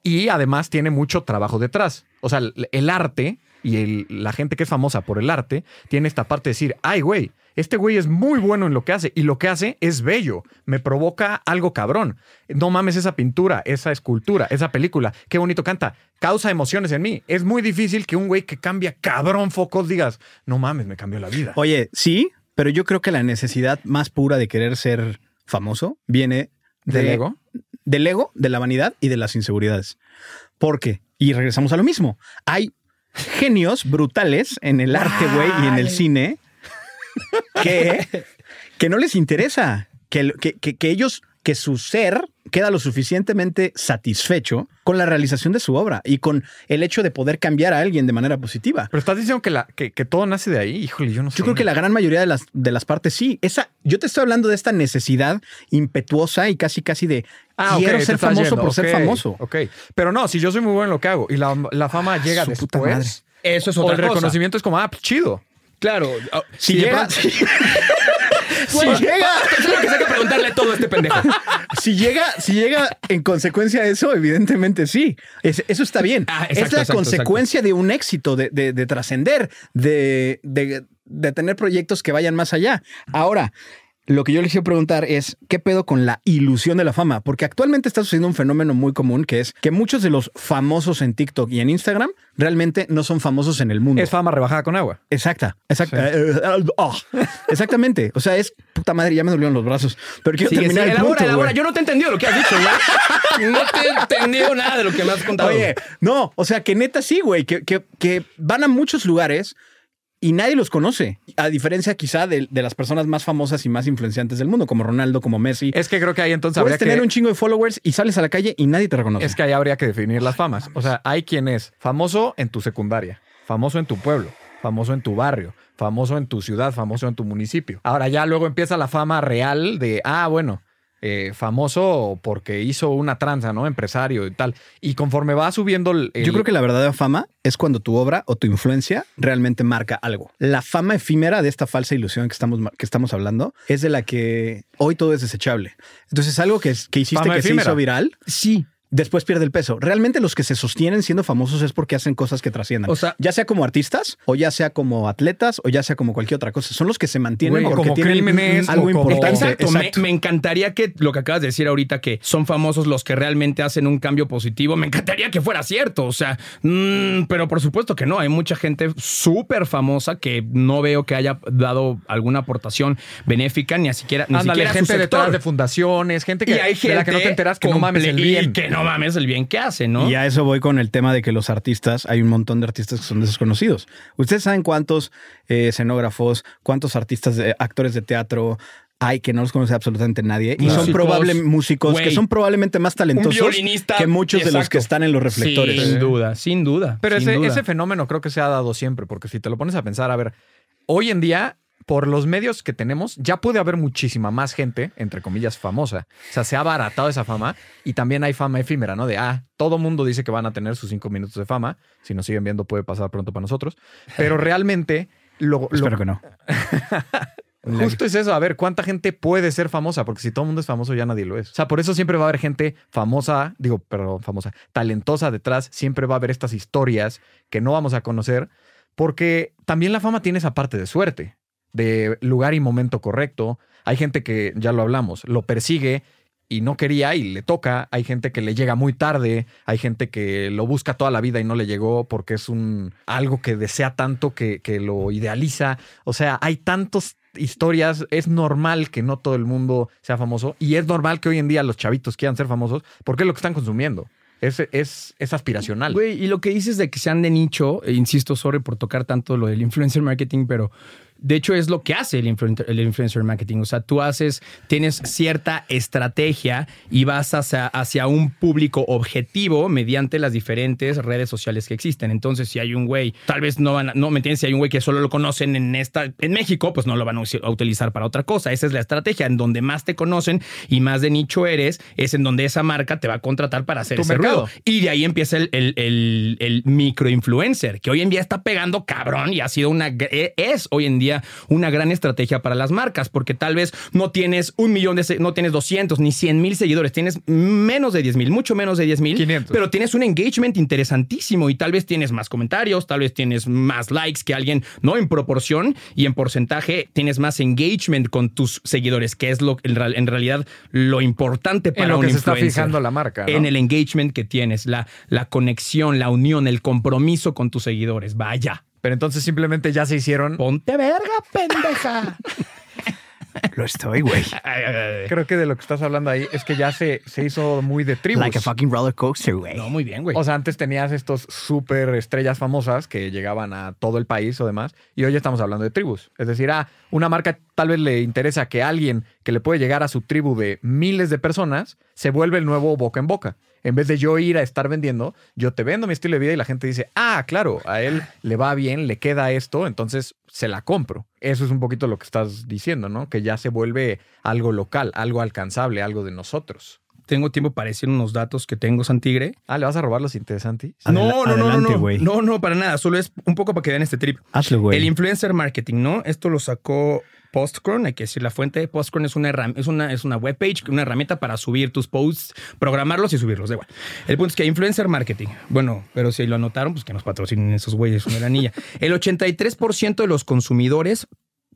y además tiene mucho trabajo detrás. O sea, el, el arte y el- la gente que es famosa por el arte tiene esta parte de decir, ay, güey, este güey es muy bueno en lo que hace y lo que hace es bello, me provoca algo cabrón. No mames esa pintura, esa escultura, esa película, qué bonito canta, causa emociones en mí. Es muy difícil que un güey que cambia cabrón focos digas, no mames, me cambió la vida.
Oye, sí, pero yo creo que la necesidad más pura de querer ser famoso viene de,
¿Del ego?
del ego, de la vanidad y de las inseguridades. Porque, y regresamos a lo mismo, hay genios brutales en el arte, güey, y en el cine que, que no les interesa, que, que- que- que ellos, que su ser queda lo suficientemente satisfecho con la realización de su obra y con el hecho de poder cambiar a alguien de manera positiva.
Pero estás diciendo que, la, que, que todo nace de ahí, híjole, yo no sé.
Yo creo que la gran mayoría de las, de las partes sí. Esa, yo te estoy hablando de esta necesidad impetuosa y casi casi de
Ah, ok,
quiero
te
ser
estás
famoso
yendo,
por
ok,
ser famoso. Ah,
Ok. Pero no, si yo soy muy bueno en lo que hago y la, la fama llega
su puta
después.
madre.
Eso es
o el
otra cosa.
reconocimiento es como, ah, pues, chido.
Claro. ah,
Si
de
llega,
pronto-
si,
Güey, ah,
llega,
Eso es lo que se hay que preguntarle todo a este pendejo.
si llega, si llega en consecuencia a eso, evidentemente sí. Es- eso está bien.
Ah, exacto,
es la
exacto,
consecuencia de un éxito, de, de- de trascender, de, de- de tener proyectos que vayan más allá. Ahora, lo que yo les quiero preguntar es, ¿qué pedo con la ilusión de la fama? Porque actualmente está sucediendo un fenómeno muy común que es que muchos de los famosos en TikTok y en Instagram realmente no son famosos en el mundo.
Es fama rebajada con agua.
Exacta, exacta.
Sí.
eh, eh, oh, exactamente. O sea, es puta madre, ya me dolieron los brazos. Pero quiero
Sigue,
terminar
sigue,
el
elabora,
punto,
elabora.
güey.
Yo no te he entendido lo que has dicho, güey. No te he entendido nada de lo que me has contado.
Oye, no, o sea, que neta sí, güey, que, que- que van a muchos lugares y nadie los conoce. A diferencia quizá de, de las personas más famosas y más influenciantes del mundo, como Ronaldo, como Messi.
Es que creo que ahí entonces habría
Puedes tener
que.
un chingo de followers y sales a la calle y nadie te reconoce.
Es que ahí habría que definir las famas. O sea, hay quien es famoso en tu secundaria, famoso en tu pueblo, famoso en tu barrio, famoso en tu ciudad, famoso en tu municipio. Ahora ya luego empieza la fama real de, ah, bueno, eh, famoso porque hizo una tranza, ¿no? Empresario y tal. Y conforme va subiendo el...
Yo creo que la verdadera fama es cuando tu obra o tu influencia realmente marca algo. La fama efímera de esta falsa ilusión que estamos, que estamos hablando es de la que hoy todo es desechable. Entonces, algo que, que hiciste
Fama
que
efímera.
se hizo viral,
Sí.
después pierde el peso. Realmente los que se sostienen siendo famosos es porque hacen cosas que trasciendan.
O sea-
ya sea como artistas, o ya sea como atletas, o ya sea como cualquier otra cosa. Son los que se mantienen
Güey, o
porque
como
tienen
crímenes,
algo
o como-
importante.
Exacto, me,
Exacto.
me encantaría que lo que acabas de decir ahorita, que son famosos los que realmente hacen un cambio positivo, me encantaría que fuera cierto, o sea, mm, pero por supuesto que no, hay mucha gente súper famosa que no veo que haya dado alguna aportación benéfica, ni a siquiera, ni
Ándale,
siquiera a su
gente detrás
sector.
de fundaciones, gente que,
y hay gente
de la que no te enteras que no mames el
comple-
bien.
Y que no mames el bien que hace, ¿no?
Y a eso voy con el tema de que los artistas, hay un montón de artistas que son desconocidos. Ustedes saben cuántos eh, escenógrafos, cuántos artistas, de- actores de teatro hay que no los conoce absolutamente nadie. Y son
Músicos,
probablemente músicos que
güey.
son probablemente más talentosos
violinista,
que muchos de los
exacto.
que están en los reflectores.
Sin duda, sin duda.
Pero
sin
ese,
duda.
ese fenómeno creo que se ha dado siempre, porque si te lo pones a pensar, a ver, hoy en día, por los medios que tenemos, ya puede haber muchísima más gente, entre comillas, famosa. O sea, se ha abaratado esa fama y también hay fama efímera, ¿no? De, ah, todo mundo dice que van a tener sus cinco minutos de fama. Si nos siguen viendo, puede pasar pronto para nosotros. Pero realmente, lo, lo-
Espero que no.
justo es eso. A ver, ¿cuánta gente puede ser famosa? Porque si todo el mundo es famoso, ya nadie lo es. O sea, por eso siempre va a haber gente famosa, digo, perdón, famosa, talentosa detrás. Siempre va a haber estas historias que no vamos a conocer, porque también la fama tiene esa parte de suerte, de lugar y momento correcto. Hay gente que, ya lo hablamos, lo persigue y no quería y le toca. Hay gente que le llega muy tarde. Hay gente que lo busca toda la vida y no le llegó porque es un algo que desea tanto que, que lo idealiza. O sea, hay tantas historias. Es normal que no todo el mundo sea famoso y es normal que hoy en día los chavitos quieran ser famosos porque es lo que están consumiendo. Es, es, es aspiracional.
Güey, y lo que dices de que sean de nicho, e insisto, sorry por tocar tanto lo del influencer marketing, pero de hecho es lo que hace el, influen- el influencer marketing. O sea, tú haces, tienes cierta estrategia y vas hacia, hacia un público objetivo mediante las diferentes redes sociales que existen. Entonces, si hay un güey, tal vez no van a, no me entiendes, si hay un güey que solo lo conocen en esta, en México, pues no lo van a usi- a utilizar para otra cosa. Esa es la estrategia. En donde más te conocen y más de nicho eres, es en donde esa marca te va a contratar para hacer
Tu
ese
mercado.
ruido. Y de ahí empieza el, el, el- el microinfluencer, que hoy en día está pegando cabrón y ha sido una, gr- eh, es hoy en día una gran estrategia para las marcas, porque tal vez no tienes un millón de, se- no tienes 200 ni 100 mil seguidores, tienes menos de 10 mil, mucho menos de 10 mil,
500.
pero tienes un engagement interesantísimo y tal vez tienes más comentarios, tal vez tienes más likes que alguien, no en proporción y en porcentaje tienes más engagement con tus seguidores, que es lo en real- en realidad lo importante para
en lo
un
que se está
influencer
fijando la marca. ¿no?
en el engagement que tienes, la, la conexión, la unión, el compromiso con tus seguidores. Vaya.
Pero entonces simplemente ya se hicieron.
Ponte verga, pendeja.
Lo estoy, güey.
Ay, ay, ay.
Creo que de lo que estás hablando ahí es que ya se, se hizo muy de tribus.
Like a fucking roller coaster, güey.
no, muy bien, güey.
O sea, antes tenías estos súper estrellas famosas que llegaban a todo el país o demás, y hoy estamos hablando de tribus. Es decir, a una marca tal vez le interesa que alguien que le puede llegar a su tribu de miles de personas se vuelve el nuevo boca en boca. En vez de yo ir a estar vendiendo, yo te vendo mi estilo de vida y la gente dice, ah, claro, a él le va bien, le queda esto, entonces se la compro. Eso es un poquito lo que estás diciendo, ¿no? Que ya se vuelve algo local, algo alcanzable, algo de nosotros.
tengo tiempo para decir unos datos que tengo, Santigre.
Ah, ¿le vas a robar los interesantes?
Adela-
no, no, no,
adelante,
no, no.
güey.
No, no, para nada. Solo es un poco para que vean este trip.
Hazlo,
El
güey.
influencer marketing, ¿no? Esto lo sacó Postcron, hay que decir la fuente. Postcron es una, herram- es una, es una webpage, una herramienta para subir tus posts, programarlos y subirlos. Da igual. El punto es que influencer marketing. Bueno, pero si lo anotaron, pues que nos patrocinen esos güeyes, una anilla. El 83% de los consumidores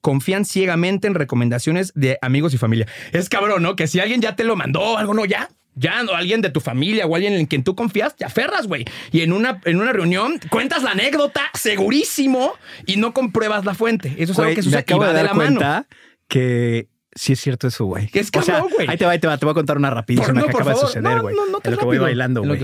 confían ciegamente en recomendaciones de amigos y familia. Es cabrón, ¿no? Que si alguien ya te lo mandó o algo, no, ya. Ya, no, alguien de tu familia o alguien en quien tú confías, te aferras, güey. Y en una, en una reunión cuentas la anécdota, segurísimo, y no compruebas la fuente. Eso es
Güey,
algo que
me
sucede y
acabo
va
de
de
dar
la
cuenta
mano.
que sí es cierto eso, güey.
Que es
O sea,
cabrón, güey.
Ahí te va, ahí te va. Te voy a contar una rapidísima que acaba de suceder, güey. en lo que voy bailando, güey.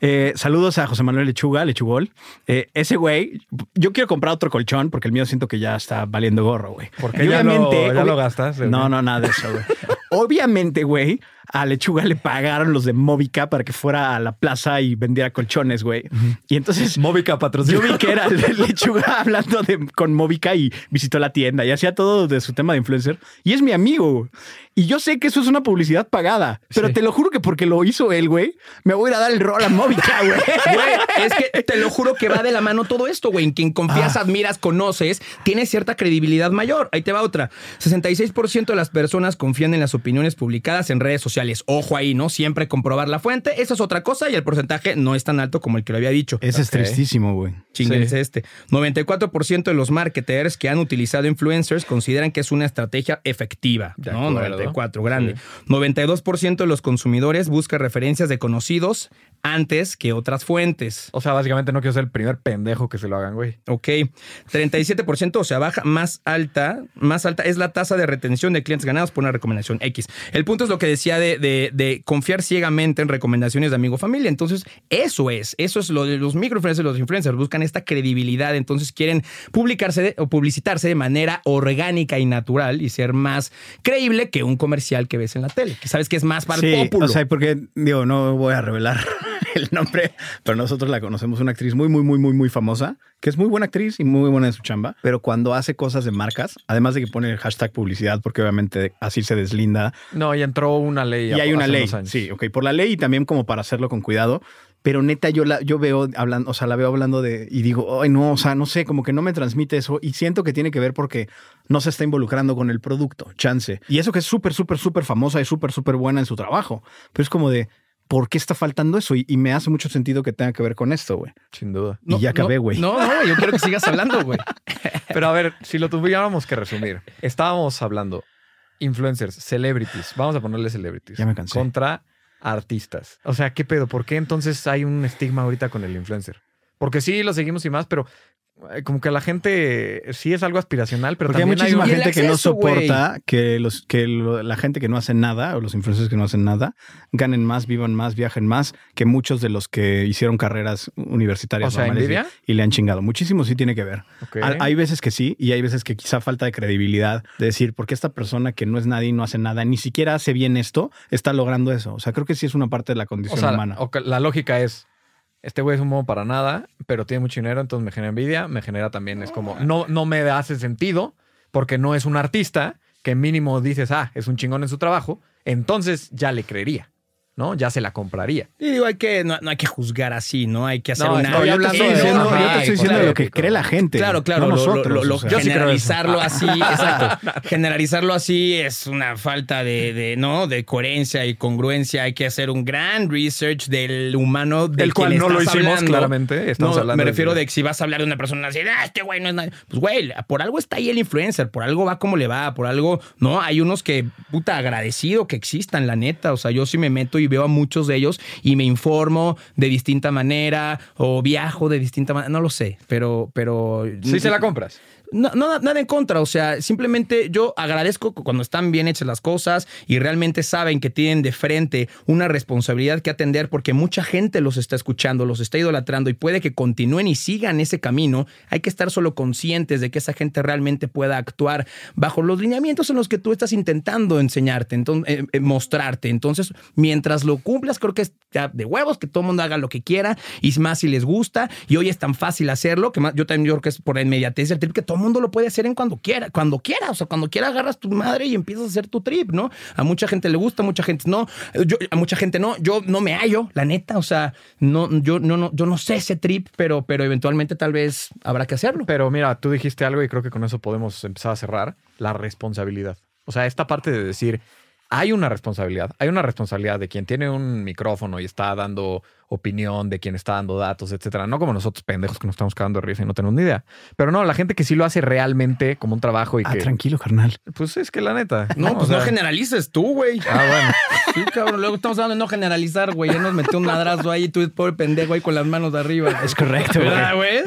Eh, saludos a José Manuel Lechuga, Lechugol. Eh, ese güey, yo quiero comprar otro colchón porque el mío siento que ya está valiendo gorro, güey.
Porque
Y
ya lo- ya lo gastas,
No,
güey.
no, nada de eso, güey. obviamente, güey, a Lechuga le pagaron los de Movica para que fuera a la plaza y vendiera colchones, güey. Y entonces
Móvica
yo
patrocinio.
vi que era el Lechuga hablando de- con Movica y visitó la tienda y hacía todo de su tema de influencer. Y es mi amigo. Y yo sé que eso es una publicidad pagada, pero
Sí.
te lo juro que porque lo hizo él, güey, me voy a ir a dar el rol a Movica, güey.
Güey, es que te lo juro que va de la mano todo esto, güey. En quien
Ah.
confías, admiras, conoces, tienes cierta credibilidad mayor. Ahí te va otra. 66% de las personas confían en las opiniones publicadas en redes sociales. Ojo ahí, ¿no? Siempre comprobar la fuente. Esa es otra cosa y el porcentaje no es tan alto como el que lo había dicho.
Ese es
Ok.
tristísimo, güey.
Chinguen
Sí.
este. 94% de los marketers que han utilizado influencers consideran que es una estrategia efectiva.
De
¿no?
acuerdo.
94, grande. 92% de los consumidores busca referencias de conocidos antes que otras fuentes.
O sea, básicamente no quiero ser el primer pendejo que se lo hagan, güey.
Ok, 37%, o sea, baja más alta, más alta es la tasa de retención de clientes ganados por una recomendación X. El punto es lo que decía de, de- de confiar ciegamente en recomendaciones de amigo o familia. Entonces, eso es, eso es lo de los microinfluencers, los influencers buscan esta credibilidad, entonces quieren publicarse de- o publicitarse de manera orgánica y natural y ser más creíble que un comercial que ves en la tele, que sabes que es más para
sí,
el populo.
O sea, porque, digo, no voy a revelar el nombre, pero nosotros la conocemos, una actriz muy, muy, muy, muy, muy famosa, que es muy buena actriz y muy buena en su chamba, pero cuando hace cosas de marcas, además de que pone el hashtag publicidad, porque obviamente así se deslinda,
No, y entró una ley.
y hay una
hace
ley.
unos años.
Sí, ok, por la ley y también como para hacerlo con cuidado. Pero neta, yo la yo veo hablando, o sea, la veo hablando de y digo, ay, no, o sea, no sé, como que no me transmite eso y siento que tiene que ver porque no se está involucrando con el producto, chance. Y eso que es súper, súper, súper famosa y súper, súper buena en su trabajo. Pero es como de, ¿por qué está faltando eso? Y, y me hace mucho sentido que tenga que ver con esto, güey.
Sin duda.
y ya acabé, güey.
No, no, yo quiero que sigas hablando, güey.
Pero a ver, si lo tuviéramos que resumir, estábamos hablando influencers, celebrities, vamos a ponerle celebrities.
Ya me cansé.
Contra artistas. O sea, ¿qué pedo? ¿Por qué entonces hay un estigma ahorita con el influencer? Porque sí, lo seguimos y más, pero eh, como que la gente eh, sí es algo aspiracional, pero
Porque hay
también hay
muchísima
un-
Y el
gente que no
acceso, güey.
soporta que, los, que lo- la gente que no hace nada o los influencers que no hacen nada ganen más, vivan más, viajen más que muchos de los que hicieron carreras universitarias
O sea,
normales
¿envidia?
y, y le han chingado. Muchísimo sí tiene que ver.
Ok.
Ha- Hay veces que sí y hay veces que quizá falta de credibilidad de decir, porque esta persona que no es nadie y no hace nada, ni siquiera hace bien esto, está logrando eso? O sea, creo que sí es una parte de la
O
condición
sea,
humana.
o que la lógica es, este güey es un modo para nada, pero tiene mucho dinero, entonces me genera envidia, me genera también, es como, no, no me hace sentido, porque no es un artista que mínimo dices, ah, es un chingón en su trabajo, entonces ya le creería, ¿no? Ya se la compraría.
Y digo, hay que, no, no hay que juzgar así, ¿no? Hay que hacer
No,
una.
estoy
yo te
hablando
estoy
de-
diciendo, yo te
Ajá,
estoy diciendo de lo que
hipotético.
cree la gente.
Claro, claro,
no
lo- lo-
nosotros.
lo- lo-
o sea.
Yo sí creo eso.
generalizarlo así, exacto. Generalizarlo así es una falta de, de, ¿no? De coherencia y congruencia. Hay que hacer un gran research del humano del
El cual
quien
no lo
estás
hicimos,
hablando.
claramente. Estamos
No,
hablando
Me
de-
refiero de que si vas a hablar de una persona así, "Ah, este güey no es nadie. Pues güey, por algo está ahí el influencer, por algo va como le va, por algo, ¿no? Hay unos que, puta, agradecido que existan, la neta. O sea, yo sí me meto y veo a muchos de ellos y me informo de distinta manera o viajo de distinta manera. No lo sé, pero, pero.
Sí se la compras.
No, no, nada en contra, o sea, simplemente yo agradezco cu- cuando están bien hechas las cosas y realmente saben que tienen de frente una responsabilidad que atender porque mucha gente los está escuchando, los está idolatrando y puede que continúen y sigan ese camino. Hay que estar solo conscientes de que esa gente realmente pueda actuar bajo los lineamientos en los que tú estás intentando enseñarte, enton- eh, eh, mostrarte. Entonces, mientras lo cumplas, creo que está de huevos que todo el mundo haga lo que quiera y más si les gusta. Y hoy es tan fácil hacerlo que más, yo también yo creo que es por la inmediatez del trip que todo el mundo lo puede hacer en cuando quiera, cuando quiera. O sea, cuando quiera agarras tu madre y empiezas a hacer tu trip, ¿no? A mucha gente le gusta, a mucha gente no. Yo, a mucha gente no. Yo no me hallo, la neta. O sea, no, yo no, no, yo no sé ese trip, pero, pero eventualmente tal vez habrá que hacerlo.
Pero mira, tú dijiste algo y creo que con eso podemos empezar a cerrar, la responsabilidad. O sea, esta parte de decir, hay una responsabilidad, hay una responsabilidad de quien tiene un micrófono y está dando opinión, de quien está dando datos, etcétera. No como nosotros pendejos que nos estamos cagando de risa y no tenemos ni idea. Pero no, la gente que sí lo hace realmente como un trabajo y
Ah,
que...
tranquilo, carnal.
Pues es que la neta.
No,
O
pues
sea,
no generalices tú, güey.
Ah, bueno.
Sí, cabrón. Luego estamos hablando de no generalizar, güey. Ya nos metió un madrazo ahí, tú, pobre pendejo, ahí con las manos de arriba.
Es correcto, güey.
¿Verdad, güey?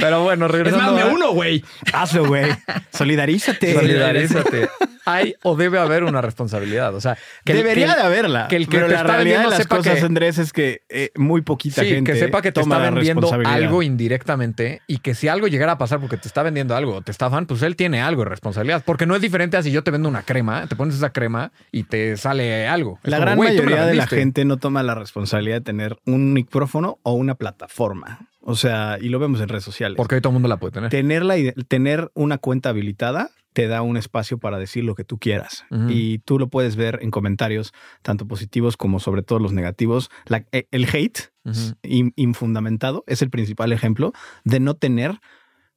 Pero bueno,
Es más,
regresando
me
a-
uno, güey.
Hazlo, güey. Solidarízate.
Solidarízate. Hay o debe haber una responsabilidad. O sea, que el-
Debería
que el-
de haberla.
que el que
pero
te
la
está
realidad de
vendiendo
las
sepa
cosas,
que-
Andrés, es que eh, muy poquita
Sí,
gente
que sepa que te
toma
está vendiendo
responsabilidad.
algo indirectamente y que si algo llegara a pasar porque te está vendiendo algo o te estafan, pues él tiene algo de responsabilidad. Porque no es diferente a si yo te vendo una crema, te pones esa crema y te sale algo. Es
La
como,
gran
"Güey, tú me
mayoría de la
vendiste".
gente no toma la responsabilidad de tener un micrófono o una plataforma. O sea, y lo vemos en redes sociales.
Porque hoy todo el mundo la puede tener.
tener, la ide- tener una cuenta habilitada te da un espacio para decir lo que tú quieras.
Ujú.
Y tú lo puedes ver en comentarios, tanto positivos como sobre todo los negativos. La- e- el hate
Ujú.
in- infundamentado es el principal ejemplo de no tener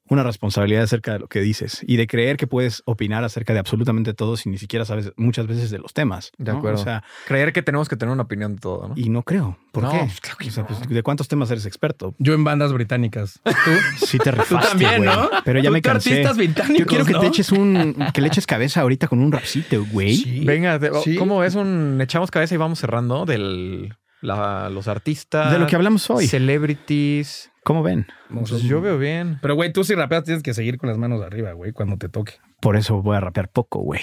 una responsabilidad acerca de lo que dices y de creer que puedes opinar acerca de absolutamente todo si ni siquiera sabes muchas veces de los temas.
De
¿no?
acuerdo.
O sea,
Creer que tenemos que tener una opinión de todo, ¿no?
y no creo. ¿Por
No,
qué?
pues claro que
O sea,
no.
pues, ¿De cuántos temas eres experto?
Yo en bandas británicas. Tú,
Sí te
tú
rifaste,
también,
güey.
¿no?
Pero ya
Tú
me
te
cansé.
artistas británicos,
Yo quiero que
¿no?
te eches un que le eches cabeza ahorita con un rapcito, güey.
Sí.
Venga, de- oh,
Sí.
¿cómo es un echamos cabeza y vamos cerrando del la- los artistas?
De lo que hablamos hoy.
Celebrities.
¿Cómo ven?
Pues yo veo bien.
Pero, güey, tú si rapeas tienes que seguir con las manos arriba, güey, cuando te toque.
Por eso voy a rapear poco, güey.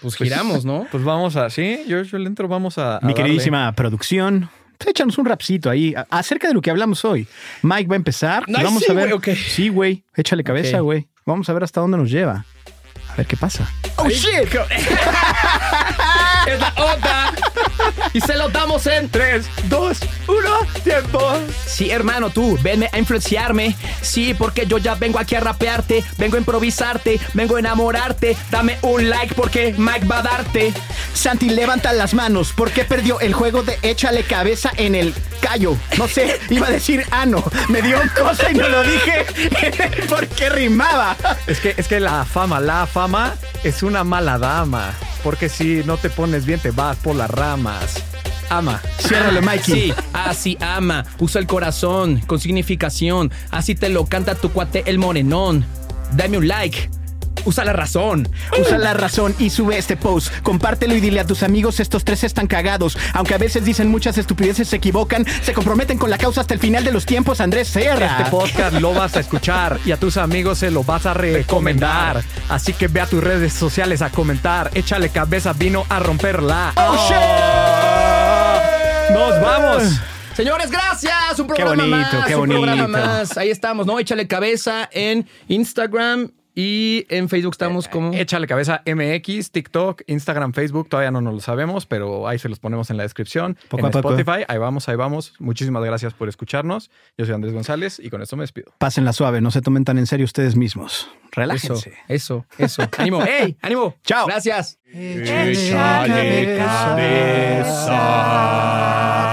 Pues giramos, ¿no?
Pues vamos a, sí, yo, yo le entro, vamos a. a
Mi
darle.
queridísima producción, pues, échanos un rapcito ahí a- acerca de lo que hablamos hoy. Mike va a empezar. y
Ay,
vamos
sí,
a ver.
güey, ok.
Sí, güey. Échale cabeza,
Ok.
güey. Vamos a ver hasta dónde nos lleva. A ver qué pasa. Oh shit.
es la onda. Y se lo damos en 3, 2, 1, tiempo. Sí, hermano, tú venme a influenciarme. Sí, porque yo ya vengo aquí a rapearte. Vengo a improvisarte. Vengo a enamorarte. Dame un like porque Mike va a darte.
Santi levanta las manos porque perdió el juego de échale cabeza en el callo. No sé, iba a decir ano. Me dio cosa y no lo dije porque rimaba.
Es que, es que la fama, la fama es una mala dama. Porque si no te pones bien, te vas por las ramas. Ama.
Ciérrale, Mikey.
Sí, así ama. Usa el corazón con significación. Así te lo canta tu cuate el morenón. Dame un like. Usa la razón.
Usa la razón y sube este post. Compártelo y dile a tus amigos, estos tres están cagados. Aunque a veces dicen muchas estupideces, se equivocan, se comprometen con la causa hasta el final de los tiempos, Andrés Serra.
Este
Ah.
podcast lo vas a escuchar y a tus amigos se lo vas a recomendar. Así que ve a tus redes sociales a comentar. Échale cabeza, vino a romperla.
Oh,
¡Nos vamos!
Señores, gracias. Un programa
bonito,
más.
qué
un programa
bonito.
más. Ahí estamos, ¿no? Échale cabeza en Instagram y en Facebook estamos
Eh,
como.
Échale cabeza MX, TikTok, Instagram, Facebook, todavía no nos lo sabemos, pero ahí se los ponemos en la descripción.
Poco
en
a poco.
Spotify, ahí vamos, ahí vamos. Muchísimas gracias por escucharnos. Yo soy Andrés González y con esto me despido.
Pásenla suave, no se tomen tan en serio ustedes mismos.
Eso,
Relájense.
eso, eso. ánimo. ¡Ey! ¡Ánimo!
Chao.
Gracias.
Échale cabeza.